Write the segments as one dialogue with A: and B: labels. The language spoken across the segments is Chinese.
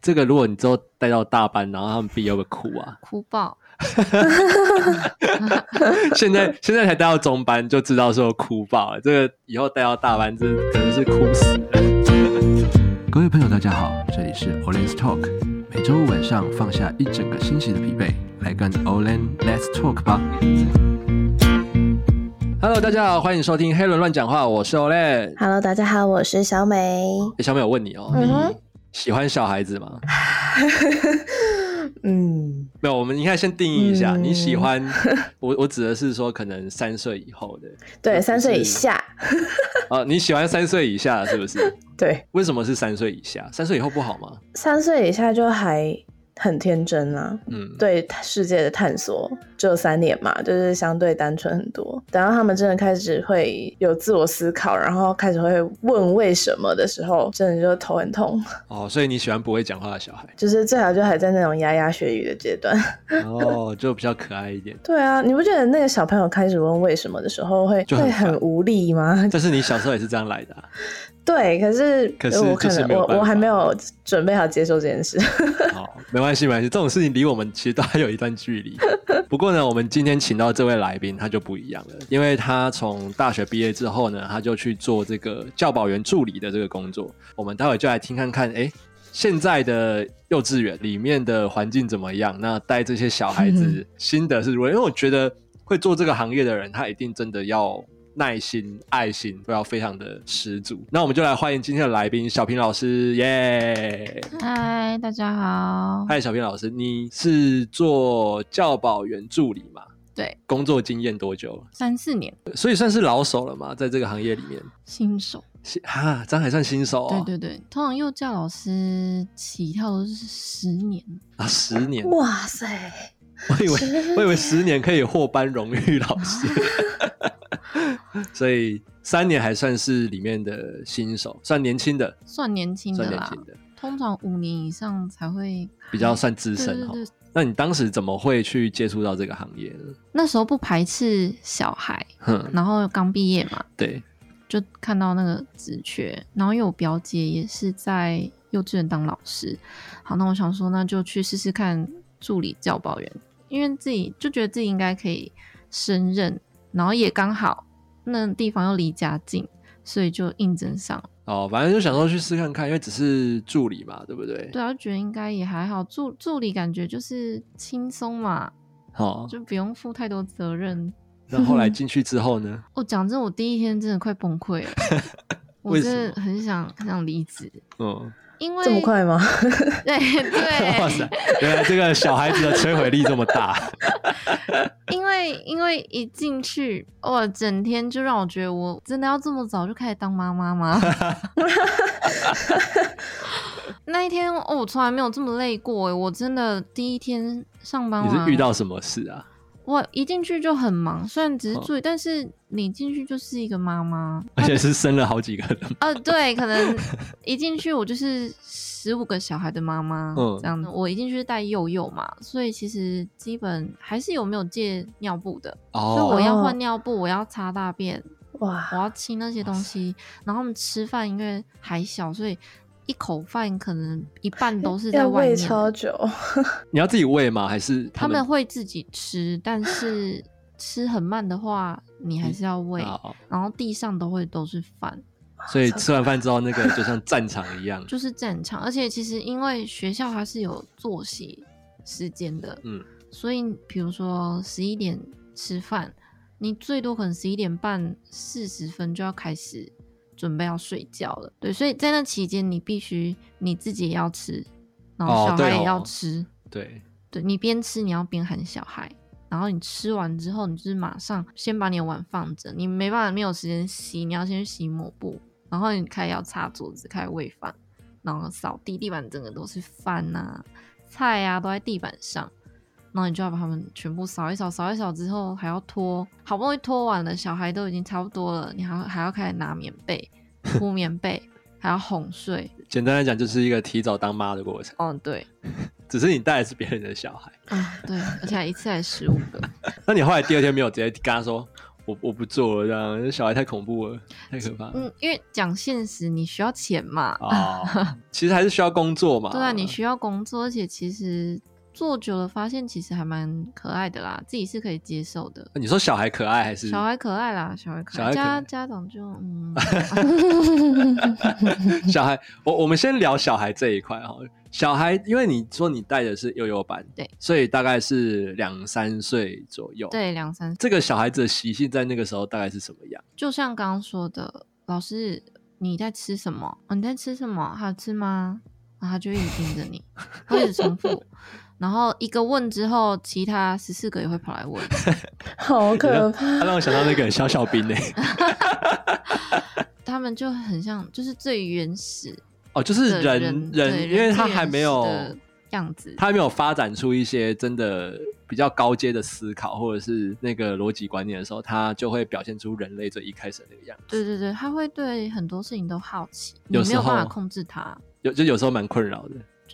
A: 这个如果你之后带到大班，然后他们毕业会哭啊 。
B: 哭爆，
A: 现在现在才带到中班就知道说哭爆了，这个以后带到大班，这可能是哭死了。各位朋友，大家好，这里是 Olen's Talk，每周五晚上放下一整个星期的疲惫，来跟 Olen Let's Talk 吧。Hello，大家好，欢迎收听《黑人乱讲话》，我是 Olen。
C: Hello，大家好，我是小美。
A: 欸小美，我问你哦、
C: 嗯哼
A: 你喜欢小孩子吗？
C: 嗯，
A: 没有，我们应该先定义一下，
C: 嗯
A: 你喜欢我，我指的是说可能三岁以后的，
C: 对，
A: 就
C: 三岁以
A: 是
C: 下，
A: 呃，你喜欢三岁以下是不是？
C: 对，
A: 为什么是三岁以下？三岁以后不好吗？
C: 三岁以下就还很天真啊，
A: 嗯，
C: 对世界的探索只有三年嘛，就是相对单纯很多。等到他们真的开始会有自我思考，然后开始会问为什么的时候，真的就头很痛，
A: 哦，所以你喜欢不会讲话的小孩，
C: 就是最好就还在那种牙牙学语的阶段。
A: 哦，就比较可爱一点。
C: 对啊，你不觉得那个小朋友开始问为什么的时候会
A: 就很
C: 会
A: 烦
C: 很无力吗？
A: 但是你小时候也是这样来的啊、
C: 对，可是
A: 可是
C: 我
A: 就
C: 可
A: 是
C: 能
A: 没有
C: 我
A: 办
C: 我还
A: 法
C: 没有准备好接受这件事。
A: 好，没关系，没关系，这种事情离我们其实都还有一段距离。 不过呢，我们今天请到这位来宾，他就不一样了，因为他从大学毕业之后呢，他就去做这个教保员助理的这个工作。我们待会就来听看看，诶，现在的幼稚园里面的环境怎么样？那带这些小孩子心得是如何？因为我觉得会做这个行业的人，他一定真的要。耐心、爱心都要非常的十足。那我们就来欢迎今天的来宾小平老师，耶、
B: 嗨，大家好，
A: 嗨，小平老师，你是做教保员助理嘛？
B: 对，
A: 工作经验多久了？
B: 三四年
A: 所以算是老手了嘛，在这个行业里面，
B: 新手，
A: 新哈，这样还算新手哦
B: 对，对对，通常幼教老师起跳都是十年，
A: 啊，十年，我
C: 哇塞，
A: 以为
C: 十
A: 我以为十年可以获颁荣誉老师，所以三年还算是里面的新手，算年轻的，
B: 算年轻
A: 算
B: 的
A: 年
B: 啦，
A: 轻的，
B: 通常五年以上才会
A: 比较哦算资
B: 对
A: 深
B: 对
A: 哈。
B: 对，
A: 那你当时怎么会去接触到这个行业呢？
B: 那时候不排斥小孩，
A: 哼，
B: 然后刚毕业嘛，
A: 对，
B: 就看到那个职缺，然后因为我表姐也是在幼稚园当老师，好，那我想说那就去试试看助理教保员，因为自己就觉得自己应该可以胜任，然后也刚好那地方又离家近，所以就应征上了。
A: 哦，反正就想说去试看看，因为只是助理嘛，对不对？
B: 对啊，就觉得应该也还好，助助理感觉就是轻松嘛，
A: 好，
B: 就不用负太多责任。
A: 哦那后来进去之后呢？
B: 我、讲真，我第一天真的快崩溃了，我
A: 为
B: 真
A: 什
B: 的很想很想离职，
A: 嗯，
B: 因为
C: 这么快吗？
B: 对 对，
A: 哇塞，原来这个小孩子的摧毁力这么大。
B: 因为因为一进去，哇，整天就让我觉得我真的要这么早就开始当妈妈吗？ 那一天、哦、我从来没有这么累过诶，欸我真的第一天上班
A: 你
B: 完，
A: 是遇到什么事啊？
B: 我一进去就很忙，虽然只是
A: 哦
B: 助理，但是你进去就是一个妈妈。
A: 而且是生了好几个 人。
B: 呃，对，可能一进去我就是十五个小孩的妈妈，
A: 嗯
B: 这样的。我一进去是带幼幼嘛，所以其实基本还是有没有借尿布的。所以我
A: 哦，
B: 要换尿布，我要擦大便，我
C: 哇，
B: 要清那些东西。然后他们吃饭因为还小，所以一口饭可能一半都是在
C: 要
B: 外
C: 喂
B: 面。
C: 超久，
A: 你要自己喂吗？还是
B: 他
A: 们
B: 们会自己吃，但是吃很慢的话，你还是要喂。
A: 哦
B: 然后地上都会都是饭，
A: 所以吃完饭之后，那个就像战场一样。
B: 就是正常。而且其实因为学校它是有作息时间的，
A: 嗯，
B: 所以比如说十一点吃饭，你最多可能十一点半四十分就要开始准备要睡觉了。对，所以在那期间你必须你自己也要吃，然后
A: 哦
B: 小
A: 对
B: 孩也
A: 哦
B: 要吃。
A: 对，
B: 对你边吃你要边喊小孩，然后你吃完之后，你就是马上先把你的碗放着，你没办法没有时间洗，你要先去洗抹布，然后你开始要擦桌子，开始喂饭，然后扫地，地板整个都是饭啊、菜啊都在地板上，然后你就要把它们全部扫一扫，扫一扫之后还要拖，好不容易拖完了，小孩都已经差不多了，你还要还要开始拿棉被铺棉被，还要哄睡。
A: 简单来讲，就是一个提早当妈的过程。
B: 嗯，对，啊
A: 只是你带的是别人的小孩。
B: 嗯，对，而且还一次还十五个。
A: 那你后来第二天没有直接跟他说：“我我不做了，这样小孩太恐怖了，太可怕了
B: 嗯，因为讲现实，你需要钱嘛，
A: 啊！其实还是需要工作嘛。
B: 嗯 对啊，你需要工作，而且其实做久了发现其实还蛮可爱的啦，自己是可以接受的。
A: 你说小孩可爱还是
B: 小孩可爱啦，小孩可
A: 小
B: 爱，
A: 孩可
B: 家
A: 爱
B: 家长就 嗯，
A: 小孩，我我们先聊小孩这一块哈。小孩，因为你说你带的是幼幼班，
B: 对，
A: 所以大概是两三岁左右。，
B: 对，两三，
A: 这个小孩子的习性在那个时候大概是什么样？
B: 就像刚刚说的，老师你在吃什么？哦、你在吃什么？好吃吗？然后他就一直盯着 你，会一直重复，然后一个问之后，其他十四个也会跑来问，
C: 好可
A: 他
C: 怕。
A: 让我想到那个小小兵 呢、
B: 他们就很像，就是最原始
A: 哦，就是
B: 的
A: 人
B: 人，对
A: 因为
B: 人
A: 他
B: 最
A: 还
B: 原
A: 没
B: 始
A: 有
B: 的样子，
A: 他还没有发展出一些真的比较高阶的思考或者是那个逻辑观念的时候，他就会表现出人类最一开始的那个样子。
B: 对对对，他会对很多事情都好奇，你
A: 有
B: 没
A: 时
B: 有办法
A: 候
B: 控制他。
A: 有就有时候蛮困扰的。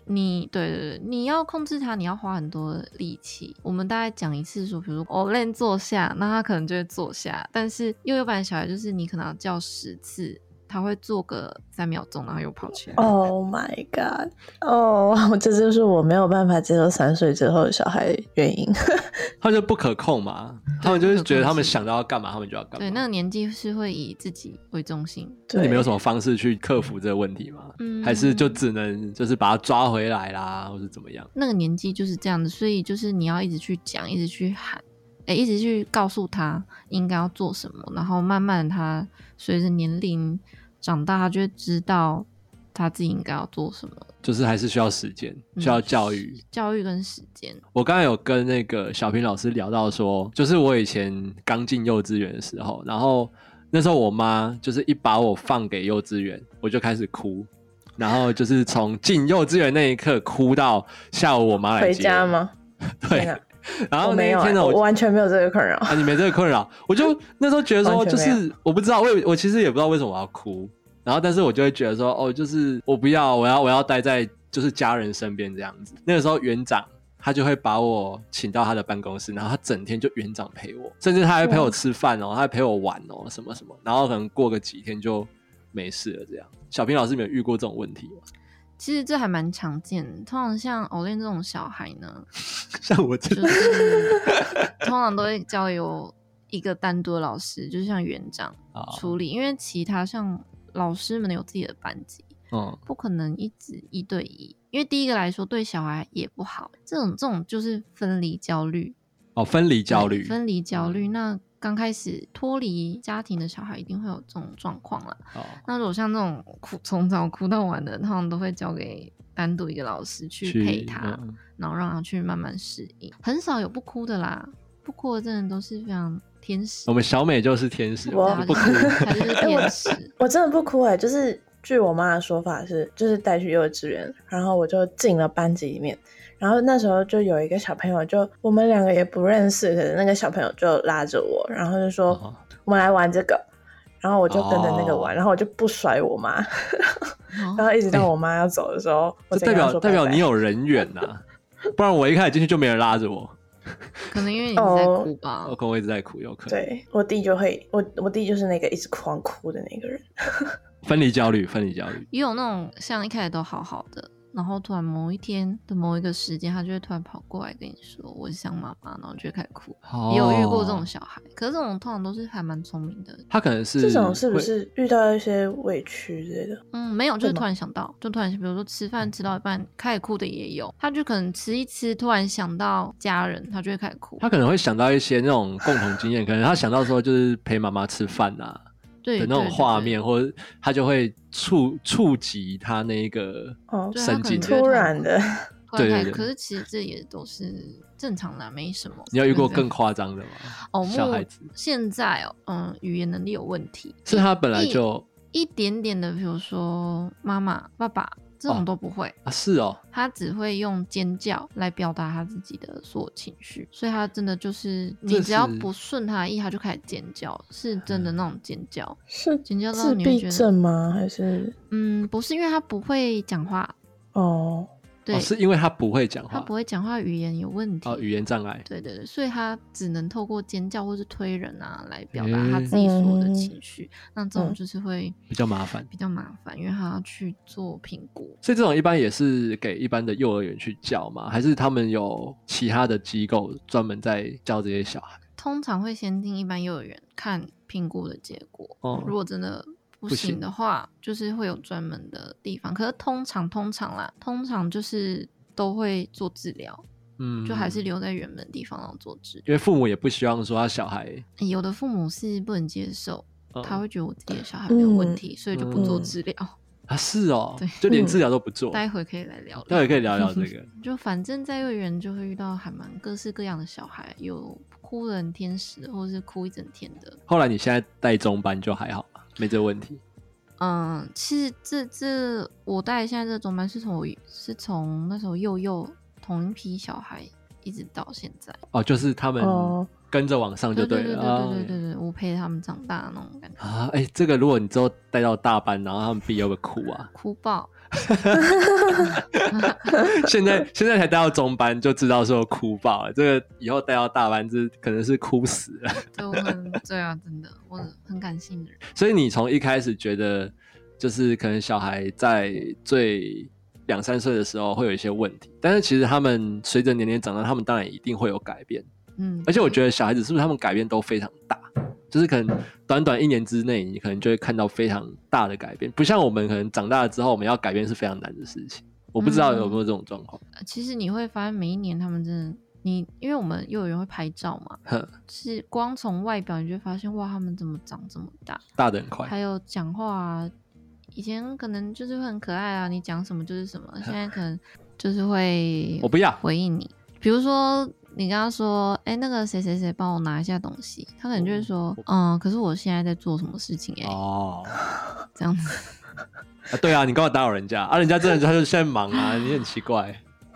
B: 你对对对，你要控制他，你要花很多的力气。我们大概讲一次说，比如说哦，练坐下，那他可能就会坐下，但是幼幼班小孩就是你可能要叫十次，他会坐个三秒钟，然后又跑起来。
C: Oh my god！哦、这就是 我没有办法接受三岁之后的小孩的原因。
A: 他们就不可控嘛，他们就是觉得他们想到要干嘛，他们就要干嘛。
B: 对，那个年纪是会以自己为中心，
A: 那
C: 对，
A: 你们有什么方式去克服这个问题吗？
B: 嗯，
A: 还是就只能就是把他抓回来啦，或是怎么样？
B: 那个年纪就是这样子，所以就是你要一直去讲，一直去喊，诶，一直去告诉他应该要做什么，然后慢慢他随着年龄长大，他就会知道他自己应该要做什么，
A: 就是还是需要时间，
B: 嗯
A: 需要教育。
B: 教育跟时间。
A: 我刚才有跟那个小平老师聊到说，就是我以前刚进幼稚园的时候，然后那时候我妈就是一把我放给幼稚园，我就开始哭，然后就是从进幼稚园那一刻哭到下午我妈来
C: 回
A: 接
C: 家
A: 我？
C: 吗？
A: 对
C: 天，哪
A: 然后
C: 我
A: 那
C: 没有
A: 一
C: 欸、
A: 天呢，
C: 我
A: 我
C: 完全没有这个困扰。
A: 啊，你没这个困扰，我就那时候觉得说，
C: 完
A: 就
C: 全没有
A: 是我不知道，我也我其实也不知道为什么我要哭，然后但是我就会觉得说，哦，就是我不要，我要我要待在就是家人身边这样子。那个时候园长他就会把我请到他的办公室，然后他整天就园长陪我，甚至他还陪我吃饭哦，他还陪我玩哦，什么什么，然后可能过个几天就没事了这样。小平老师，你有遇过这种问题吗？
B: 其实这还蛮常见的，通常像偶恋这种小孩呢，
A: 像我这
B: 就，是通常都会交由一个单独的老师，就是像园长
A: 啊
B: 处理，因为其他像老师们有自己的班级，
A: 嗯，
B: 不可能一直一对一，因为第一个来说对小孩也不好，这种这种就是分离焦虑，
A: 哦，分离焦虑嗯
B: 对，分离焦虑。那刚开始脱离家庭的小孩一定会有这种状况啦。
A: 哦，
B: 那如果像这种哭从早哭到晚的，通常都会交给单独一个老师去
A: 去
B: 陪他，
A: 嗯
B: 然后让他去慢慢适应。很少有不哭的啦，不哭的真的都是非常天使
A: 我，们小美就是天使，
C: 我
A: 我哦就不哭。
B: 他就是 天使。
C: 我真的不哭哎、就是据我妈的说法是，就是带去幼稚园，然后我就进了班级里面，然后那时候就有一个小朋友就，我们两个也不认识，可是那个小朋友就拉着我，然后就说、
B: 啊
A: 哦
C: 我们来玩这个，然后我就跟着那个玩，
A: 哦
C: 然后我就不甩 我妈，
B: 然后
C: 然后一直到我妈要走的时候，我
A: 哎这
C: 才
A: 代
C: 跟她
A: 表
C: 说
A: 代表
C: 拜拜
A: 你。有人缘呐、 不然我一开始进去就没人拉着我，
B: 可能因为你在
C: 哦
B: 哭吧
A: 我，可能我一直在哭，有可能
C: 对我弟就会，我我弟就是那个一直狂哭的那个人，
A: 分离焦虑，分离焦虑，
B: 也有那种像一开始都好好的，然后突然某一天的某一个时间，他就会突然跑过来跟你说我想妈妈，然后就会开始哭。也有遇过这种
A: 哦，
B: 小孩，可是这种通常都是还蛮聪明的，
A: 他可能是
C: 这种是
A: 嗯
C: 不
A: 会
C: 是遇到一些委屈之类的？
B: 嗯，没有，就
C: 对
B: 是
C: 吗
B: 突然想到，就突然
A: 嗯
B: 比如说吃饭吃到一半开始哭的也有，他就可能吃一吃，突然想到家人，他就会开始哭。
A: 他可能会想到一些那种共同经验，可能他想到说就是陪妈妈吃饭啊
B: 对
A: 的那
B: 对
A: 种
B: 对
A: 画
B: 对
A: 面，或者他就会触触及他那一个
C: 哦
B: 对他
A: 神
B: 可
A: 经
B: 能。就会
C: 突然的，
B: 突然
A: 对
B: 开
A: 对对
B: 可是其实这也都是正常的啊、没什么。
A: 你有遇过
B: 对
A: 更夸张的吗？
B: 哦，
A: 小
B: 目
A: 孩子
B: 现在哦，嗯，语言能力有问题，
A: 是他本来就
B: 一点点的，比如说妈妈、爸爸这
A: 哦
B: 种都不会，
A: 啊是哦，
B: 他只会用尖叫来表达他自己的所有情绪，所以他真的就是你
A: 这
B: 只要
A: 是嗯
B: 不顺他的意，他就开始尖叫，是真的那种尖叫，
C: 是
B: 尖叫到
C: 自
B: 你会
C: 闭
B: 觉得，
C: 症吗？还是
B: 嗯，不是因为他不会讲话，
C: 哦？
B: 对，
A: 哦，是因为他不会讲
B: 他
A: 话
B: 不，会讲话，语言有问题。
A: 哦，语言障碍。
B: 对对对，所以他只能透过尖叫或是推人啊来表达
A: 诶
B: 他自己所有的
C: 嗯
B: 情绪。那这种
C: 嗯
B: 就是会
A: 比较麻烦
B: 比较麻烦，因为他要去做评估。
A: 所以这种一般也是给一般的幼儿园去教嘛，还是他们有其他的机构专门在教这些小孩？
B: 通常会先进一般幼儿园看评估的结果，
A: 哦
B: 如果真的不
A: 不行
B: 行的话，就是会有专门的地方。可是通常通常啦，通常就是都会做治疗，
A: 嗯，
B: 就还是留在原本的地方然后做治疗。
A: 因为父母也不希望说他小孩，
B: 有的父母是不能接受，
A: 嗯
B: 他会觉得我自己的小孩没有问题，所以就不做
C: 嗯
B: 治疗。
A: 啊是哦
B: 对，
A: 就连治疗都不做，
B: 待会可以来聊
A: 待
B: 聊
A: 会。可以聊聊这个。
B: 就反正，在幼儿园就会遇到还蛮各式各样的小孩，有哭得很天使的，或是哭一整天的。
A: 后来你现在带中班就还好吧，没这个问题。
B: 嗯，其实这这我带现在这中班是从我是从那时候幼幼同一批小孩一直到现在，
A: 哦，就是他们
C: 哦
A: 跟着往上就
B: 对对对
A: 了
B: 对
A: 啊
B: 对对对对，我陪他们长大的那种感觉，。
A: 啊！哎、这个如果你之后带到大班，然后他们毕业会哭啊
B: 哭爆。
A: 现在现在才带到中班就知道说哭爆了，这个以后带到大班是可能是哭死了。
B: 对，我 很对啊，真的，我很感性的人。
A: 所以你从一开始觉得，就是可能小孩在最两三岁的时候会有一些问题，但是其实他们随着年龄长大，他们当然一定会有改变。
B: 嗯，
A: 而且我觉得小孩子是不是他们改变都非常大，就是可能短短一年之内，你可能就会看到非常大的改变，不像我们可能长大了之后，我们要改变是非常难的事情。我不知道有没有这种状况，
B: 得，其实你会发现每一年他们真的，你因为我们幼儿园会拍照嘛，
A: 哼，
B: 是光从外表你就会发现哇，他们怎么长这么大，
A: 大的很快
B: 还有讲话啊，以前可能就是会很可爱啊，你讲什么就是什么，现在可能就是会
A: 我不要
B: 回应你，比如说。你跟他说：“哎、那个谁谁谁，帮我拿一下东西。”他可能就会说：“嗯，可是我现在在做什么事情、哎、
A: 哦、
B: 这样子。
A: 啊对啊，你干嘛打扰人家啊？人家真的他就现在忙啊，你很奇怪。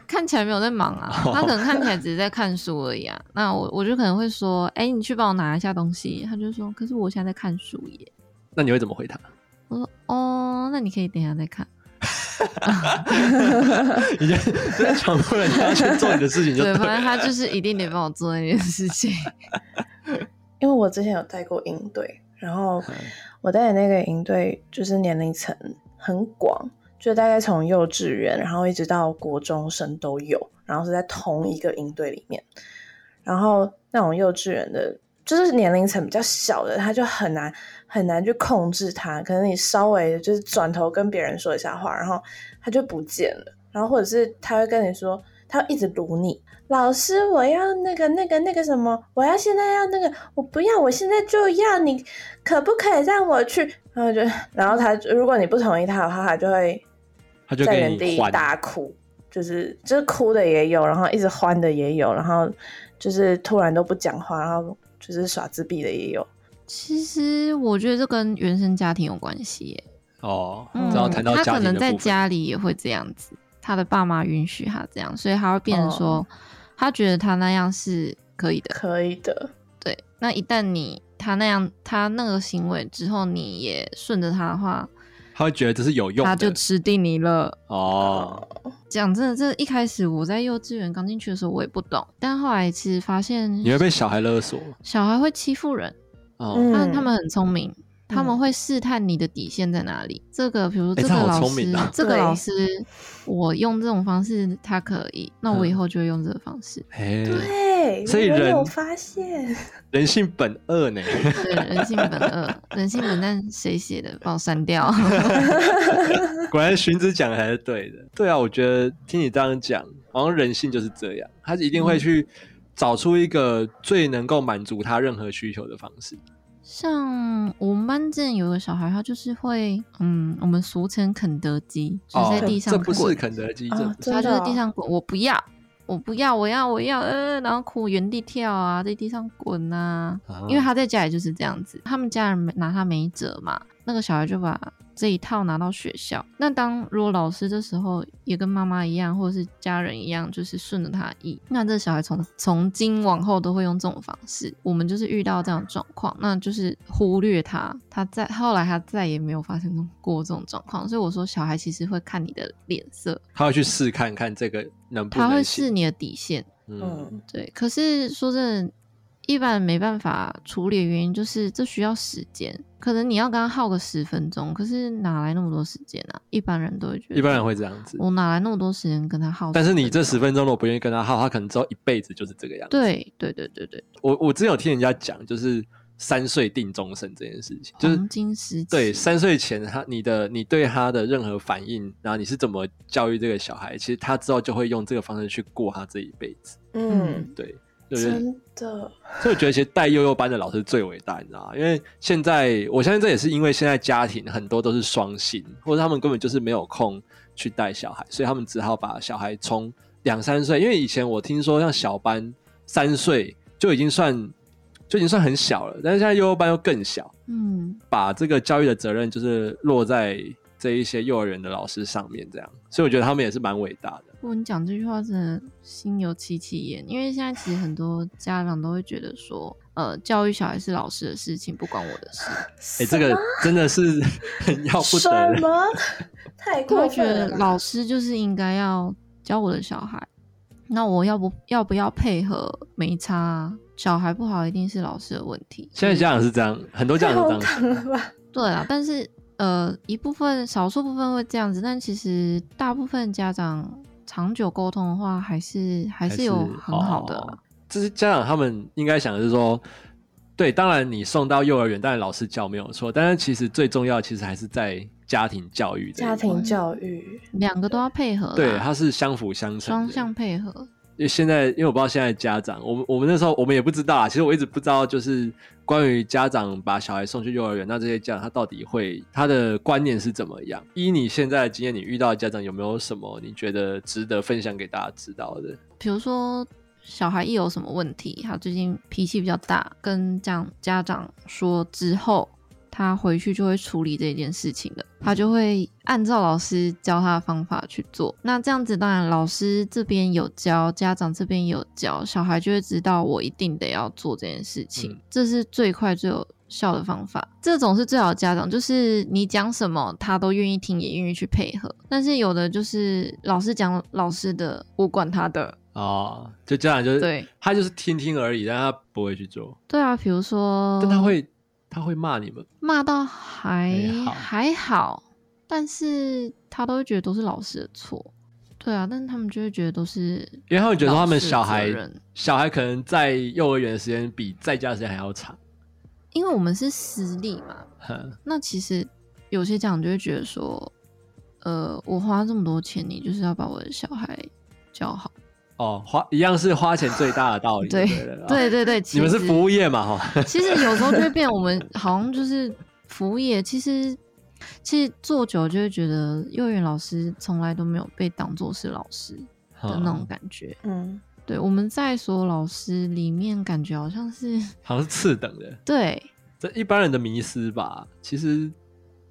B: 看起来没有在忙 啊，他可能看起来只是在看书而已啊。那我我就可能会说，哎、你去帮我拿一下东西。他就说，可是我现在在看书耶。
A: 那你会怎么回他？
B: 我说，哦，那你可以等一下再看。
A: 你就就在强迫人家去做你的事情就
B: 对，
A: 对
B: 反
A: 了。
B: 正他就是一定得帮我做那件事 情。
C: 因为我之前有带过营队，然后我带的那个营队就是年龄层很广，就大概从幼稚园，然后一直到国中生都有，然后是在同一个营队里面。然后那种幼稚园的，就是年龄层比较小的，他就很难很难去控制他。可能你稍微就是转头跟别人说一下话，然后他就不见了，然后或者是他会跟你说，他会一直撸你，老师，我要那个那个那个什么，我要现在要那个，我不要，我现在就要，你可不可以让我去？然后就，然后他如果你不同意他的话，他就会
A: 他就
C: 在
A: 给
C: 原
A: 你
C: 地
A: 还
C: 大哭，就是就是哭的也有，然后一直欢的也有，然后就是突然都不讲话，然后就是耍自闭的也有。
B: 其实我觉得这跟原生家庭有关系耶。
A: 哦，
C: 嗯
A: 然后谈到
B: 他
A: 家
B: 可
A: 庭
B: 能
A: 的
B: 在
A: 部分，
B: 家里也会这样子，他的爸妈允许他这样，所以他会变成说，
A: 哦
B: 他觉得他那样是可以的。
C: 可以的，
B: 对，那一旦你他那样他那个行为之后，你也顺着他的话，
A: 他会觉得这是有用
B: 他
A: 的。
B: 就嗯吃定你了。
A: 哦，
B: 讲真的，这一开始我在幼稚园刚进去的时候，我也不懂，但后来其实发现
A: 你会被小孩勒索
B: 小孩会欺负人，
A: 哦。
C: 嗯
B: 他他们很聪明。他们会试探你的底线在哪里。这个，比如说
A: 诶
B: 这
A: 他
B: 个
A: 好
B: 老
A: 聪
B: 师，
A: 明啊
B: 这个老
C: 对
B: 师，我用这种方式他可以，那我以
A: 嗯
B: 后就会用这个方式。
A: 哎，
C: 对，
A: 所以
C: 我
A: 人
C: 有发现，
A: 人性本恶 呢。
B: 对，人性本恶，人性本善，谁写的？帮我 删掉。
A: 果然荀子讲的还是对的。对啊，我觉得听你这样讲，好像人性就是这样，他一定会去
B: 嗯
A: 找出一个最能够满足他任何需求的方式。
B: 像我们班之前有个小孩，他就是会，嗯，我们俗称肯德基，就是在地上
A: 哦这
B: 滚，
A: 不是肯德基，
C: 哦
A: 这不是
C: 真
B: 他就
C: 的
B: 在
C: 哦
B: 地上滚，我不要，我不要，我要，我要，呃，然后哭，原地跳
A: 哦嗯
B: 啊，在地上滚啊，因为他在家里就是这样子，他们家人没拿他没辙嘛，那个小孩就把这一套拿到学校。那当如果老师这时候也跟妈妈一样，或者是家人一样，就是顺着他的意，那这小孩从从今往后都会用这种方式。我们就是遇到这样的状况，那就是忽略他，他再后来他再也没有发生过这种状况。所以我说，小孩其实会看你的脸色，
A: 他会去试看看这个能不
B: 他会
A: 能
B: 试
A: 行。
B: 你的底线。
A: 嗯，
C: 嗯，
B: 对，可是说真的，一般人没办法处理的原因就是这需要时间，可能你要跟他耗个十分钟，可是哪来那么多时间啊？一般人都会觉得，
A: 一般人会这样子。
B: 我哪来那么多时间跟他耗？
A: 但是你这十
B: 时，
A: 分钟如果不愿意跟他耗，他可能之后一辈子就是这个样子。
B: 对对对对对，
A: 我我之前有听人家讲，就是三岁定终身这件事情，就是
B: 黄哦金时期，
A: 对，三岁前他你的你对他的任何反应，然后你是怎么教育这个小孩，其实他之后就会用这个方式去过他这一辈子。
C: 嗯，
A: 对，就觉得
C: 真的，
A: 所以我觉得其实带幼幼班的老师最伟大，你知道吗？因为现在我相信这也是因为现在家庭很多都是双薪，或者他们根本就是没有空去带小孩，所以他们只好把小孩从两三岁，因为以前我听说像小班三岁就已经算就已经算很小了，但是现在幼幼班又更小，
B: 嗯，
A: 把这个教育的责任就是落在这一些幼儿园的老师上面，这样，所以我觉得他们也是蛮伟大的。
B: 我你讲这句话真的心有戚戚焉，因为现在其实很多家长都会觉得说，呃，教育小孩是老师的事情，不关我的事。
A: 哎、这个真的是很要不
C: 什
A: 得 的。
C: 么？太
B: 就
C: 过
B: 会觉
C: 分
B: 得
C: 了吧，
B: 老师就是应该要教我的小孩，那我要不要不要配合没差、啊，小孩不好一定是老师的问题。
A: 现在
B: 就是
A: 家长是这样，很多家
C: 太
A: 长
C: 荒
A: 是这样。
C: 唐了吧？
B: 对啊，但是呃，一部分少数部分会这样子，但其实大部分家长长久沟通的话，还是还
A: 还
B: 是有很好的。
A: 哦这是家长他们应该想的是说，对，当然你送到幼儿园，当然老师教没有错，但是其实最重要，其实还是在家庭教育这一
C: 家
A: 块
C: 庭教育，
B: 两个都要配合啦，
A: 对，它是相辅相成的，
B: 双向配合。
A: 因为现在，因为我不知道现在的家长，我们我们那时候我们也不知道啊。其实我一直不知道，就是关于家长把小孩送去幼儿园，那这些家长他到底会他的观念是怎么样？依你现在的经验，你遇到的家长有没有什么你觉得值得分享给大家知道的？
B: 比如说小孩一有什么问题，他最近脾气比较大，跟家家长说之后，他回去就会处理这件事情的，他就会按照老师教他的方法去做。那这样子，当然老师这边有教，家长这边也有教，小孩就会知道我一定得要做这件事情，
A: 嗯
B: 这是最快最有。效的方法，这种是最好的家长，就是你讲什么他都愿意听，也愿意去配合。但是有的就是老师讲老师的，我管他的，
A: 哦，就家长就是
B: 对
A: 他就是听听而已，但他不会去做，
B: 对啊，比如说，
A: 但他会他会骂你们。
B: 骂到还
A: 还好
B: 还好，但是他都会觉得都是老师的错。对啊，但是他们就会觉得都是
A: 因为他们觉得说他们
B: 老师的
A: 小孩
B: 嗯责任
A: 小孩可能在幼儿园的时间比在家的时间还要长，
B: 因为我们是私立嘛，
A: 哼
B: 那其实有些家长就会觉得说，呃，我花这么多钱，你就是要把我的小孩教好。
A: 哦，花一样是花钱最大的道理。
B: 对
A: 了
B: 对对对，其
A: 哦啊 你们是
B: 实
A: 服务业嘛？ 哈，
B: 其实有时候就会变，我们好像就是服务业。其实，其实做久了就会觉得，幼儿园老师从来都没有被当作是老师的那种感觉。
C: 嗯，
B: 对，我们在所有老师里面，感觉好像是
A: 好像是次等的，
B: 对
A: 这一般人的迷失吧。其实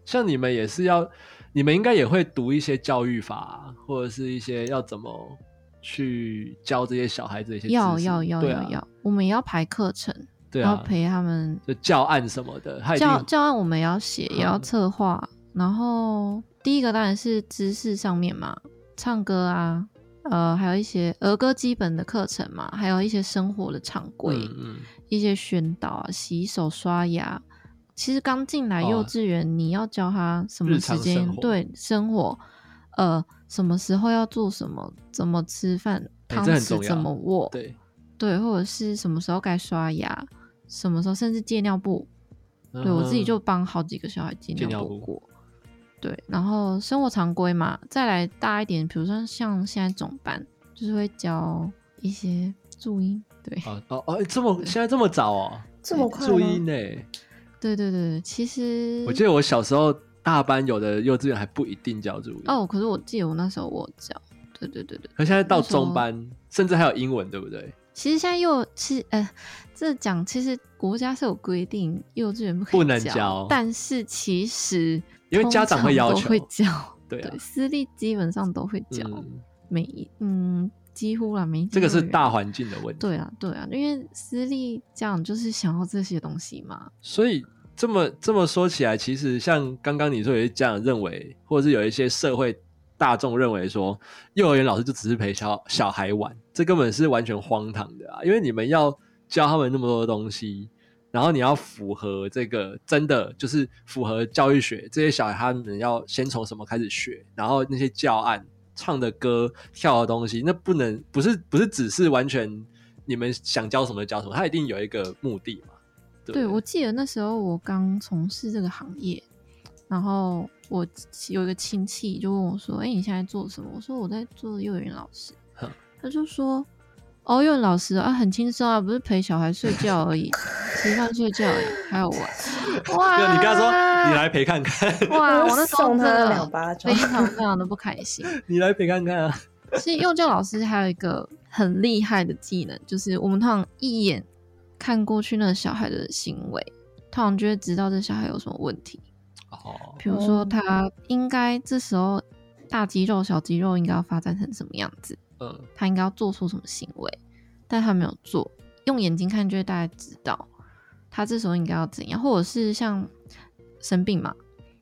A: 像你们也是要，你们应该也会读一些教育法啊，或者是一些要怎么去教这些小孩子的一些知识
B: 要要要
A: 对
B: 要
A: 啊
B: 要，我们也要排课程，
A: 对
B: 然
A: 啊
B: 后，陪他们
A: 就教案什么的，他一定嗯
B: 教教案我们也要写，也要策划。然后第一个当然是知识上面嘛，唱歌啊，呃，还有一些儿歌基本的课程嘛，还有一些生活的常规，
A: 嗯嗯，
B: 一些宣导啊，洗手、刷牙。其实刚进来
A: 哦
B: 幼稚园，你要教他什么
A: 日常
B: 时间
A: 生活
B: 对生活，呃，什么时候要做什么，怎么吃饭，
A: 哎
B: 汤
A: 这很重
B: 匙
A: 要
B: 怎么握，
A: 对，
B: 对，或者是什么时候该刷牙，什么时候甚至戒尿布，
A: 嗯
B: 对我自己就帮好几个小孩戒
A: 戒
B: 尿
A: 尿
B: 布
A: 布
B: 过。对，然后生活常规嘛，再来大一点，比如说像现在总班，就是会教一些注音。对，
A: 嗯哦哦哦，这么现在这么早哦，
C: 这么快
A: 注
C: 吗？
A: 意呢，
B: 对对对，其实
A: 我记得我小时候大班有的幼稚园还不一定教注意，
B: 哦，可是我记得我那时候我有教，对对对对，
A: 可现在到
B: 那时候
A: 中班，甚至还有英文，对不对？
B: 其实现在幼其实呃，这讲其实国家是有规定，幼稚园不可以
A: 不能教
B: 教，但是其实
A: 因为家
B: 通
A: 长会要
B: 常都
A: 求
B: 会教，
A: 对啊
B: 对，私立基本上都会教，
A: 嗯，
B: 每一嗯几乎啦，每一间
A: 这个
B: 幼
A: 是
B: 儿园
A: 大环境的问题。
B: 对啊对啊，因为私立家长就是想要这些东西嘛，
A: 所以这么这么说起来，其实像刚刚你说有些家长认为，或者是有一些社会大众认为说，幼儿园老师就只是陪小小孩玩，这根本是完全荒唐的啊！因为你们要教他们那么多东西，然后你要符合这个真的就是符合教育学，这些小孩他们要先从什么开始学，然后那些教案、唱的歌、跳的东西，那不能不是不是只是完全。你们想教什么就教什么，他一定有一个目的嘛？对不
B: 对，我记得那时候我刚从事这个行业，然后我有一个亲戚就问我说：“哎、你现在做什么？”我说：“我在做幼儿园老师
A: 哼。”
B: 他就说：“哦，幼儿园老师啊，很轻松啊，不是陪小孩睡觉而已，吃饭睡觉而已，还有玩。”哇！
A: 对，你跟他说你来陪看看，
B: 哇！我那时候
C: 送
B: 真
C: 他
B: 的
C: 两巴掌
B: 非。常非常的不开心。
A: 你来陪看看啊。
B: 其实幼教老师还有一个很厉害的技能，就是我们通常一眼看过去那个小孩的行为，通常就会知道这小孩有什么问题。
A: 哦，
B: 比如说，
C: 哦
B: 他应该这时候大肌肉、小肌肉应该要发展成什么样子，
A: 嗯，
B: 他应该要做出什么行为，但他没有做，用眼睛看就会大概知道他这时候应该要怎样，或者是像生病嘛，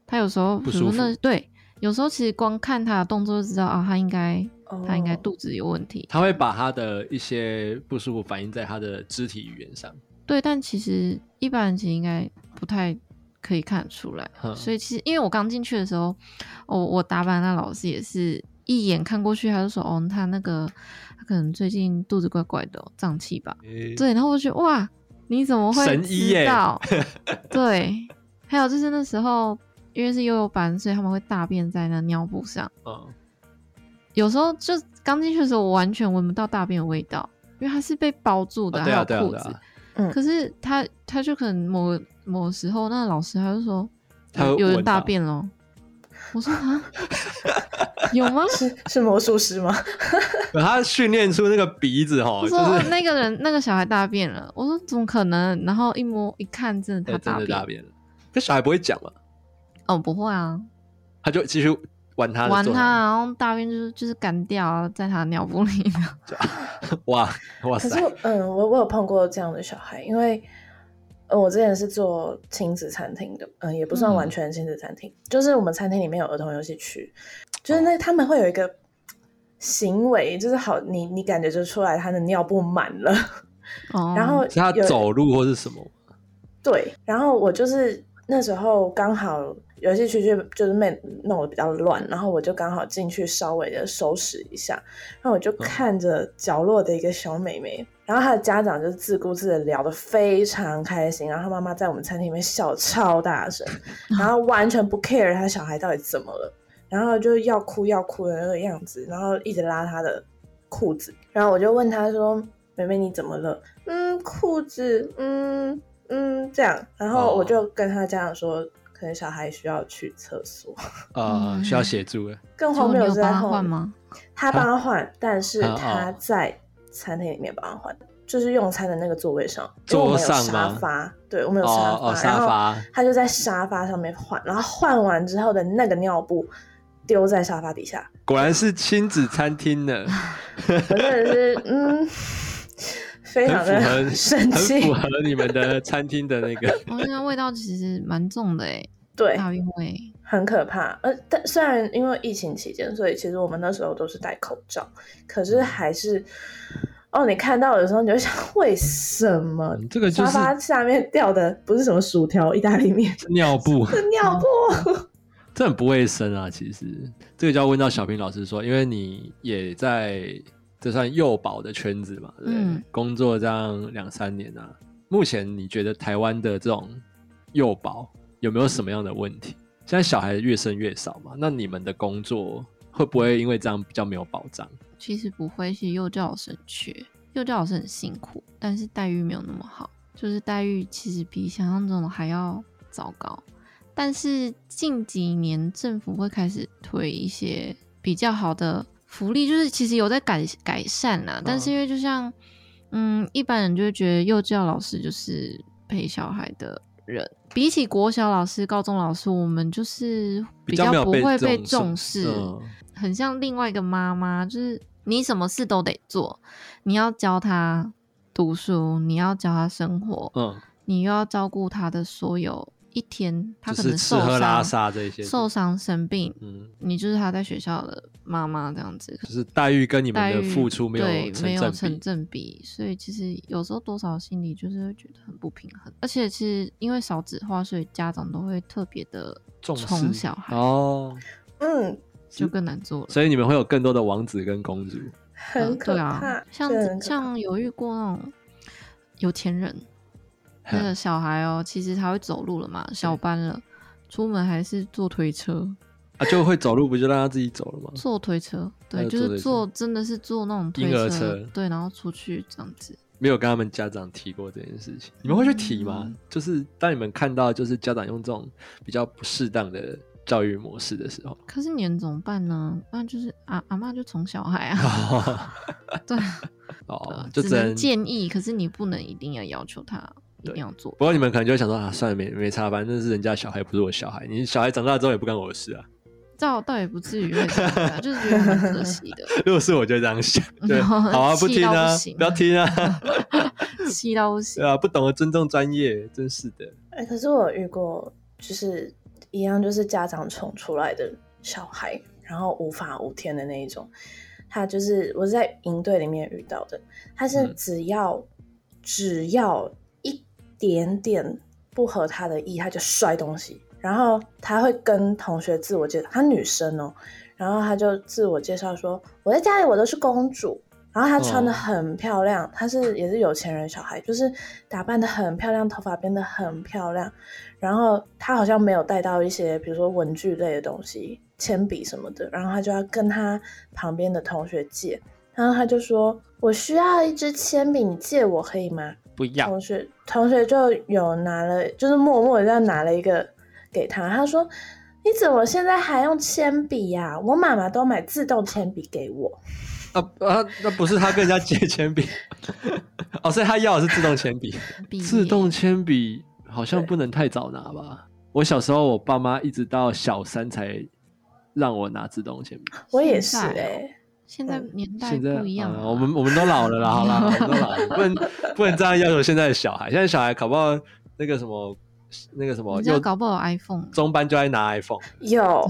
B: 他有时候
A: 不
B: 比如
A: 舒服
B: 那对，有时候其实光看他的动作就知道啊，他应该
C: 哦
B: 他应该肚子有问题，
A: 他会把他的一些不舒服反映在他的肢体语言上。
B: 对，但其实一般人其实应该不太可以看得出来
A: 哼，
B: 所以其实因为我刚进去的时候，我我打扮那老师也是一眼看过去，他就说哦，他那个他可能最近肚子怪怪的哦、胀气吧。
A: 诶
B: 对，然后我就觉得哇，你怎么会
A: 神医耶
B: 知 道？对，还有就是那时候因为是幼幼班，所以他们会大便在那尿布上，
A: 嗯，
B: 有时候就刚进去的时候，我完全闻不到大便的味道，因为它是被包住的，
A: 啊
B: 还
A: 对啊
B: 有
A: 对啊
B: 裤
A: 对
B: 子。
A: 啊，
C: 嗯
B: 可是他他就可能某某时候，那老师他就说，哎
A: 他会
B: 有人
A: 闻到
B: 大便咯。我说 啊，有吗？
A: 哦
C: 是是魔术师吗？
A: 可他训练出那个鼻子哦，就
B: 我说、哦
A: 是
B: 那个人那个小孩大便了。我说怎么可能？然后一摸一看，真的
A: 对
B: 他
A: 哎真
B: 大
A: 的
B: 便。
A: 大便了。可小孩不会讲嘛，
B: 哦，不会啊，
A: 他就继续玩他的，
B: 玩
A: 做
B: 他，然后大便就是就是干掉啊，在他尿布里面。
A: 的 哇哇
C: 可
A: 塞
C: 是，我，嗯，我我有碰过这样的小孩，因为呃我之前是做亲子餐厅的，嗯，也不算
B: 嗯
C: 完全亲子餐厅，就是我们餐厅里面有儿童游戏区，就是那他们会有一个行为，就是好，你你感觉就出来他的尿布满了，
B: 哦，
C: 然后
A: 是他
C: 有
A: 走路或是什么？
C: 对，然后我就是那时候刚好游戏区就就是被弄得比较乱，然后我就刚好进去稍微的收拾一下，然后我
B: 嗯
C: 就看着角落的一个小美眉，然后她的家长就自顾自的聊得非常开心，然后她妈妈在我们餐厅里面笑超大 声，然后完全不 care 她小孩到底怎么了，然后就要哭要哭的那个样子，然后一直拉她的裤子，然后我就问她说：“妹妹你怎么了？”嗯，裤子，嗯嗯，这样，然后
A: 哦
C: 我就跟她家长说，可能小孩需要去厕所。
A: 呃，
B: 嗯
A: 需要协助的。
C: 更
B: 结
C: 荒
B: 果你
C: 谬的
B: 有
C: 是在
B: 帮他
C: 后
B: 换
C: 面
B: 吗？
C: 他帮他换，但是
A: 啊
C: 他
A: 哦
C: 在餐厅里面帮他换，就是用餐的那个座位上，因
A: 桌
C: 为我们有
A: 上
C: 沙
A: 吗
C: 发，对，我们有沙
A: 哦
C: 发，
A: 哦，
C: 然
A: 沙
C: 后
A: 发
C: 他就在沙发上面换，然后换完之后的那个尿布丢在沙发底下，
A: 果然是亲子餐厅 呢，
C: 我真的是嗯，非
A: 很
C: 常
A: 符合，
C: 的 生
A: 很
C: 气
A: 符，合你们的餐厅的那个。
B: 哦，那味道其实蛮重的诶，
C: 对，
B: 大便味。
C: 很可怕。呃，但虽然因为疫情期间，所以其实我们那时候都是戴口罩，可
A: 嗯
C: 是还是，哦，你看到的时候你就想，为什么
A: 嗯这个就
C: 沙
A: 是
C: 发下面掉的不是什么薯条、意大利面，
A: 尿布，
C: 是尿布？
A: 这很不卫生啊！其实这个就要问到小平老师说，因为你也在这算幼保的圈子嘛，对不对？
B: 嗯
A: 工作这样两三年啊，目前你觉得台湾的这种幼保有没有什么样的问题？现在小孩越生越少嘛，那你们的工作会不会因为这样比较没有保障？
B: 其实不会，是幼教老师很缺，幼教老师很辛苦，但是待遇没有那么好，就是待遇其实比想象中的还要糟糕。但是近几年政府会开始推一些
A: 嗯
B: 比较好的福利，就是其实有在改改善啦。但是因为就像嗯，一般人就会觉得幼教老师就是陪小孩的人，比起国小老师、高中老师，我们就是
A: 比较没有
B: 不
A: 被
B: 会被
A: 重
B: 重
A: 视
B: 视，
A: 嗯
B: 很像另外一个妈妈，就是你什么事都得做，你要教他读书，你要教他生活，
A: 嗯，
B: 你又要照顾他的所有一天，他
A: 就
B: 可
A: 是
B: 能
A: 吃
B: 受
A: 喝拉
B: 伤、
A: 撒这些，
B: 受伤、生病，
A: 嗯，
B: 你就是他在学校的妈妈这样子。
A: 就是待遇跟你们
B: 待
A: 的
B: 遇
A: 付出没有
B: 对没有
A: 成正
B: 成
A: 比，
B: 正比，所以其实有时候多少心里就是会觉得很不平衡，而且其实因为少子化，所以家长都会特别的
A: 重视
B: 宠小孩，
A: 哦，
C: 嗯，
B: 就更难做了。
A: 所以你们会有更多的王子跟公主，
B: 嗯
C: 很可
B: 对
C: 怕。
B: 啊，像
C: 真的很可怕
B: 像有遇过那种有钱人，
A: 哼
B: 那个小孩哦，其实他会走路了嘛，小班了，出门还是坐推车，
A: 啊，就会走路不就让他自己走了吗？
B: 坐推车，
A: 还
B: 对，
A: 有
B: 就
A: 坐推车
B: 是坐真的是坐那种推
A: 婴儿车
B: 对，然后出去这样子。
A: 没有跟他们家长提过这件事情，你们会去提吗？
B: 嗯
A: 就是当你们看到就是家长用这种比较不适当的教育模式的时 候，
B: 可是你能怎么办呢？那就是阿阿妈就宠小孩啊， 对啊，
A: 哦，就
B: 只能建议，可是你不能一定要要求他一定要做
A: 不。过你们可能就会想说啊，算了，没没差，反正那是人家小孩，不是我小孩。你小孩长大之后也不干我的事啊。
B: 倒倒也不至于会怎么样，就是觉得蛮可惜的，
A: 如果是我就这样想，对，
B: 然后
A: 好啊，不
B: 气
A: 听
B: 到
A: 啊
B: 不，行
A: 不要听啊，
B: 气到不行
A: 对。啊，不懂得尊重专业，真是的。
C: 哎、可是我有遇过，就是一样，就是家长宠出来的小孩，然后无法无天的那一种。他就是我是在营队里面遇到的，他是
A: 嗯
C: 只要、只要一点点不合他的意，他就摔东西，然后他会跟同学自我介绍，她女生哦，然后他就自我介绍说我在家里我都是公主，然后她穿的
A: 哦
C: 很漂亮，她是也是有钱人小孩，就是打扮的很漂亮，头发编的很漂亮，然后她好像没有带到一些比如说文具类的东西，铅笔什么的，然后她就要跟她旁边的同学借，然后她就说我需要一支铅笔，你借我可以吗？
A: 不要
C: 同学同学就有拿了，就是默默的这样拿了一个给他，他说：“你怎么现在还用铅笔呀、我妈妈都买自动铅笔给我。
A: 啊啊，那不是他跟人家借铅笔，哦，所以他要的是自动铅笔。
B: 毕业
A: 自动铅笔好像不能太早拿吧？我小时候，我爸妈一直到小三才让我拿自动铅笔。”
C: 我也是
B: 现
C: 哎、
B: 在哦现在年代
A: 呃现在
B: 不一样
A: 啊
B: 了，
A: 我们我们都老了啦，好啦，我们都老了，不能不能这样要求现在的小孩。现在小孩搞不好那个什么那个什么
B: 你知道
A: 又
B: 搞不好有 iPhone，
A: 中班就爱拿 iPhone，
C: 有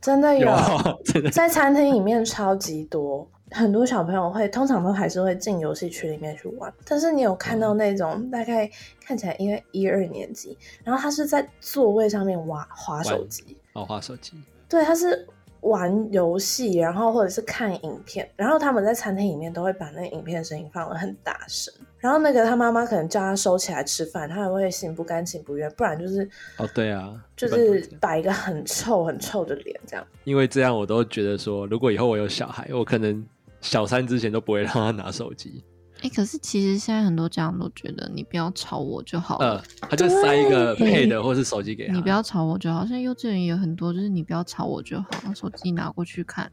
C: 真的
B: 啊
C: 有，
A: 真的
C: 在餐厅里面超级多。很多小朋友会，通常都还是会进游戏区里面去玩。但是你有看到那种大概看起来应该一二年级，然后他是在座位上面玩滑手
A: 玩
C: 机，
A: 哦，划手机，
C: 对，他是玩游戏，然后或者是看影片，然后他们在餐厅里面都会把那个影片声音放得很大声，然后那个他妈妈可能叫他收起来吃饭，他还会心不甘情不愿，不然就是
A: 哦对啊
C: 就
A: 一般都会
C: 是
A: 这样
C: 摆一个很臭很臭的脸这样。
A: 因为这样我都觉得说，如果以后我有小孩，我可能小三之前都不会让他拿手机，
B: 哎、可是其实现在很多家长都觉得你不要吵我就好了，
A: 呃，啊他就塞一个
C: 对
A: 配的或是手机给他，
B: 哦你不要吵我就好。现在幼稚园也有很多，就是你不要吵我就好，把手机拿过 去看。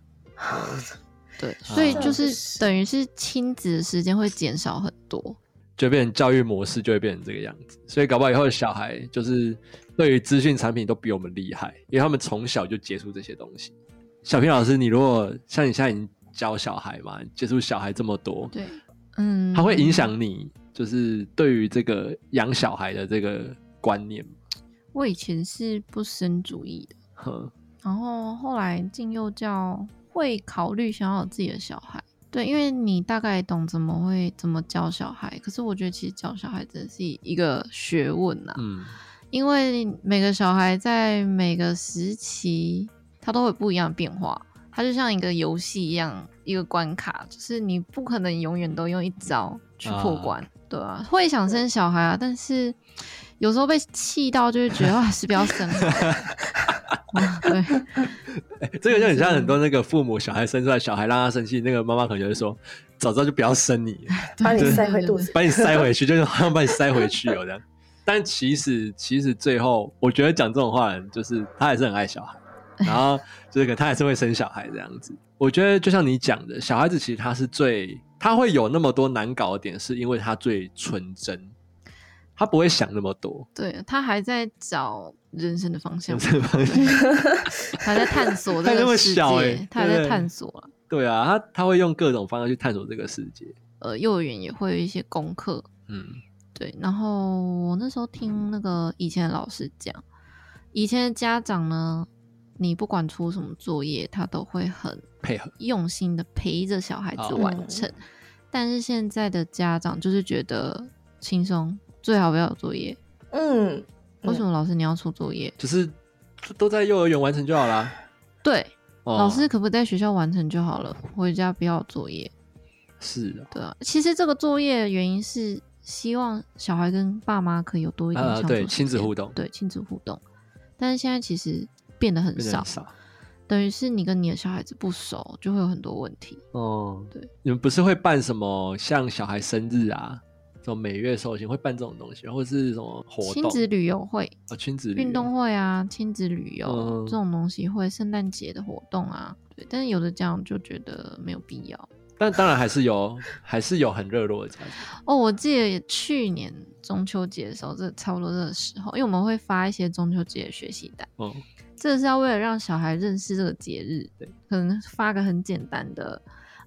B: 对，所以
A: 啊
B: 就是等于是亲子的时间会减少很多。
A: 就变成教育模式就会变成这个样子，所以搞不好以后的小孩就是对于资讯产品都比我们厉害，因为他们从小就接触这些东西。小平老师，你如果像你现在已经教小孩嘛，接触小孩这么多，
B: 对，嗯，
A: 它会影。响你就是对于这个养小孩的这个观念吗。
B: 我以前是不生主义的，
A: 哼，
B: 然后后来进幼教会考虑想要有自己的小孩。对，因为你大概懂怎么会怎么教小孩，可是我觉得其实教小孩真的是一个学问呐、
A: 嗯，
B: 因为每个小孩在每个时期，他都会有不一样的变化。它就像一个游戏一样，一个关卡，就是你不可能永远都用一招去破关，对啊，会想生小孩啊，但是有时候被气到，就会觉得啊，是不要生了。啊对，
A: 这个就很像很多那个父母小孩生出来，小孩让他生气，那个妈妈可能就会说，早知道就不要生你。
C: 把你
B: 对
C: 塞回
B: 对
C: 肚
B: 对
C: 子。
A: 把你塞回去，就是好像把你塞回去哦这样。但其实其实最后，我觉得讲这种话的人，就是他还是很爱小孩，然后就是可能他还是会生小孩这样子。我觉得就像你讲的，小孩子其实他是最他会有那么多难搞的点，是因为他最纯真，他不会想那么多。
B: 对他还在找人生的方向
A: 想，这个方向
B: 还在 探索这
A: 还那
B: 个
A: 么
B: 世界，
A: 小欸
B: 他还
A: 对
B: 在
A: 不对
B: 探索啊。
A: 对啊，他他会用各种方式去探索这个世界。
B: 呃，幼儿园也会有一些功课，
A: 嗯，
B: 对，然后我那时候听那个以前的老师讲，以前的家长呢，你不管出什么作业，他都会很
A: 配合。
B: 用心的陪着小孩子
A: 哦
B: 完成。但是现在的家长就是觉得轻松，最好不要有作业。
C: 嗯，
B: 为什么老师你要出作业？
A: 就是都在幼儿园完成就好啦。
B: 对，
A: 哦
B: 老师可不可以在学校完成就好了，回家不要有作业。
A: 是啊
B: 对啊，其实这个作业的原因是希望小孩跟爸妈可以有多一点
A: 啊
B: 相处、
A: 对亲子互动
B: 对亲子互动。但是现在其实变得很
A: 变得
B: 少，
A: 很少
B: 等于是你跟你的小孩子不熟，就会有很多问题。
A: 哦。
B: 对，
A: 你们不是会办什么像小孩生日啊，这种每月寿星会办这种东西，啊或者是什么活
B: 亲
A: 动？
B: 子旅游会、
A: 哦，亲子旅游
B: 运动会啊，亲子旅游、
A: 嗯
B: 这种东西会，圣诞节的活动啊，对。但是有的家长就觉得没有必要。
A: 但当然还是有，还是有很热络的家庭。
B: 哦，我记得去年中秋节的时候，这差不多这个时候，因为我们会发一些中秋节的学习单。
A: 哦，
B: 这个是要为了让小孩认识这个节日，
A: 对，
B: 可能发个很简单的，